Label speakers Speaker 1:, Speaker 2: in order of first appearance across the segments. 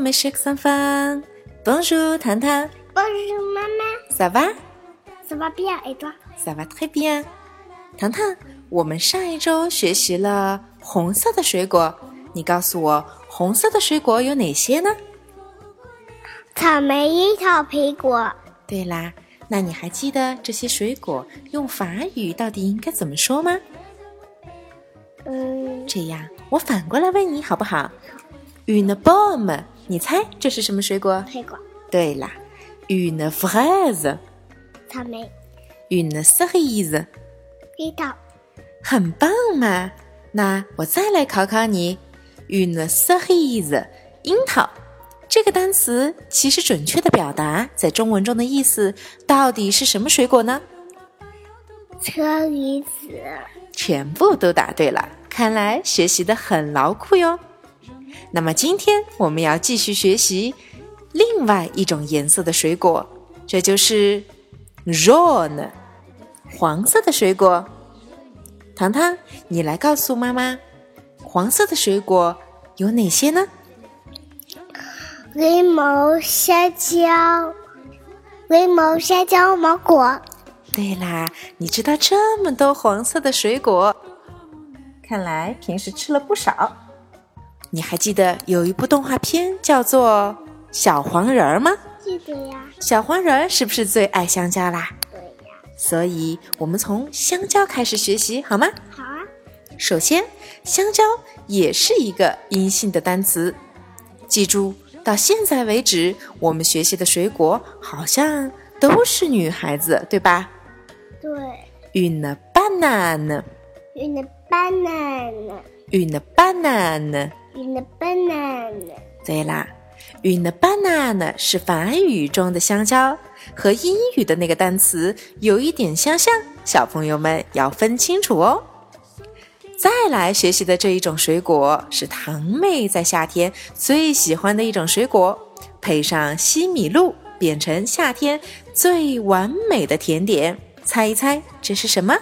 Speaker 1: 美食三分。Bonjour，糖糖
Speaker 2: Bonjour maman,
Speaker 1: ，ça va？
Speaker 2: ça va bien et toi
Speaker 1: ça va très bien。糖糖，我们上一周学习了红色的水果，你告诉我红色的水果有哪些呢？
Speaker 2: 草莓、樱桃、苹果。
Speaker 1: 对啦，那你还记得这些水果用法语到底应该怎么说吗？
Speaker 2: 嗯，
Speaker 1: 这样，我反过来问你好不好？Une pomme，你猜这是什么水果？
Speaker 2: 水果、
Speaker 1: 对啦，une fraise，une
Speaker 2: 草莓、
Speaker 1: cerise，
Speaker 2: 樱桃、
Speaker 1: 很棒嘛！那我再来考考你，une cerise，樱桃这个单词其实准确的表达在中文中的意思到底是什么水果呢？
Speaker 2: 车厘子。
Speaker 1: 全部都答对了，看来学习的很牢固哟。那么今天我们要继续学习另外一种颜色的水果，这就是 jaune 黄色的水果。糖糖，你来告诉妈妈，黄色的水果有哪些呢？
Speaker 2: 柠檬、香蕉、柠檬、香蕉、芒果。
Speaker 1: 对啦，你知道这么多黄色的水果，看来平时吃了不少。你还记得有一部动画片叫做《小黄人儿》吗？
Speaker 2: 记得呀，
Speaker 1: 小黄人儿是不是最爱香蕉啦？
Speaker 2: 对呀。
Speaker 1: 所以我们从香蕉开始学习好吗？
Speaker 2: 好啊，
Speaker 1: 首先，香蕉也是一个阴性的单词。记住，到现在为止，我们学习的水果好像都是女孩子，对吧
Speaker 2: 对。
Speaker 1: ？Une banane。
Speaker 2: Une banane,
Speaker 1: une banane。
Speaker 2: une banane。
Speaker 1: 对啦，une banane 是法语中的香蕉，和英语的那个单词有一点相像，小朋友们要分清楚哦。再来学习的这一种水果是堂妹在夏天最喜欢的一种水果，配上西米露，变成夏天最完美的甜点。猜一猜这是什么？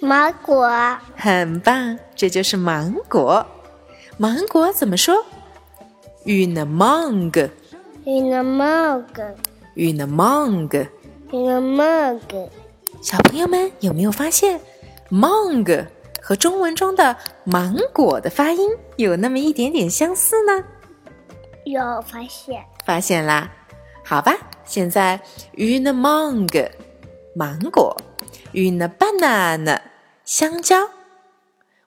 Speaker 2: 芒果，
Speaker 1: 很棒，这就是芒果。芒果怎么说？Une mangue,
Speaker 2: une mangue,
Speaker 1: une mangue。
Speaker 2: une mangue。
Speaker 1: 小朋友们有没有发现，mangue 和中文中的芒果的发音有那么一点点相似呢？
Speaker 2: 有发现，
Speaker 1: 发现啦，好吧，现在 une mangue 芒果，une banane 香蕉。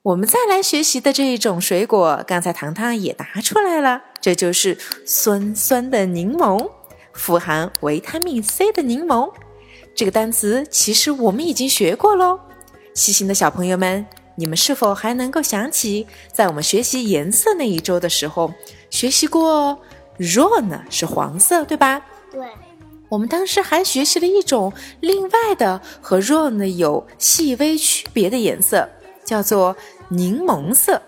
Speaker 1: 我们再来学习的这一种水果，刚才糖糖也答出来了，这就是酸酸的柠檬，富含维他命 C 的柠檬。这个单词其实我们已经学过喽。细心的小朋友们，你们是否还能够想起，在我们学习颜色那一周的时候，学习过 jaune 是黄色，对吧？
Speaker 2: 对。
Speaker 1: 我们当时还学习了一种另外的和 jaune 有细微区别的颜色，叫做柠檬色，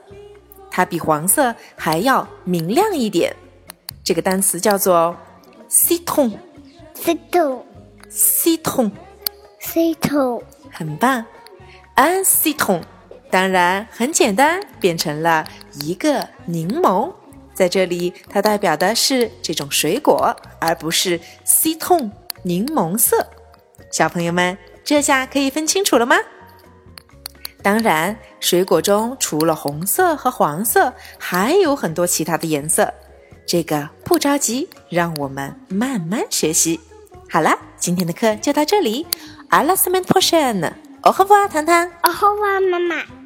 Speaker 1: 它比黄色还要明亮一点。这个单词叫做 citron，citron。
Speaker 2: Citron, citron,
Speaker 1: 很棒。安系统当然很简单，变成了一个柠檬。在这里，它代表的是这种水果，而不是 C 痛柠檬色。小朋友们，这下可以分清楚了吗？当然，水果中除了红色和黄色，还有很多其他的颜色。这个不着急，让我们慢慢学习。好啦，今天的课就到这里。À la semaine prochaine. Au revoir，糖糖。
Speaker 2: au revoir, maman.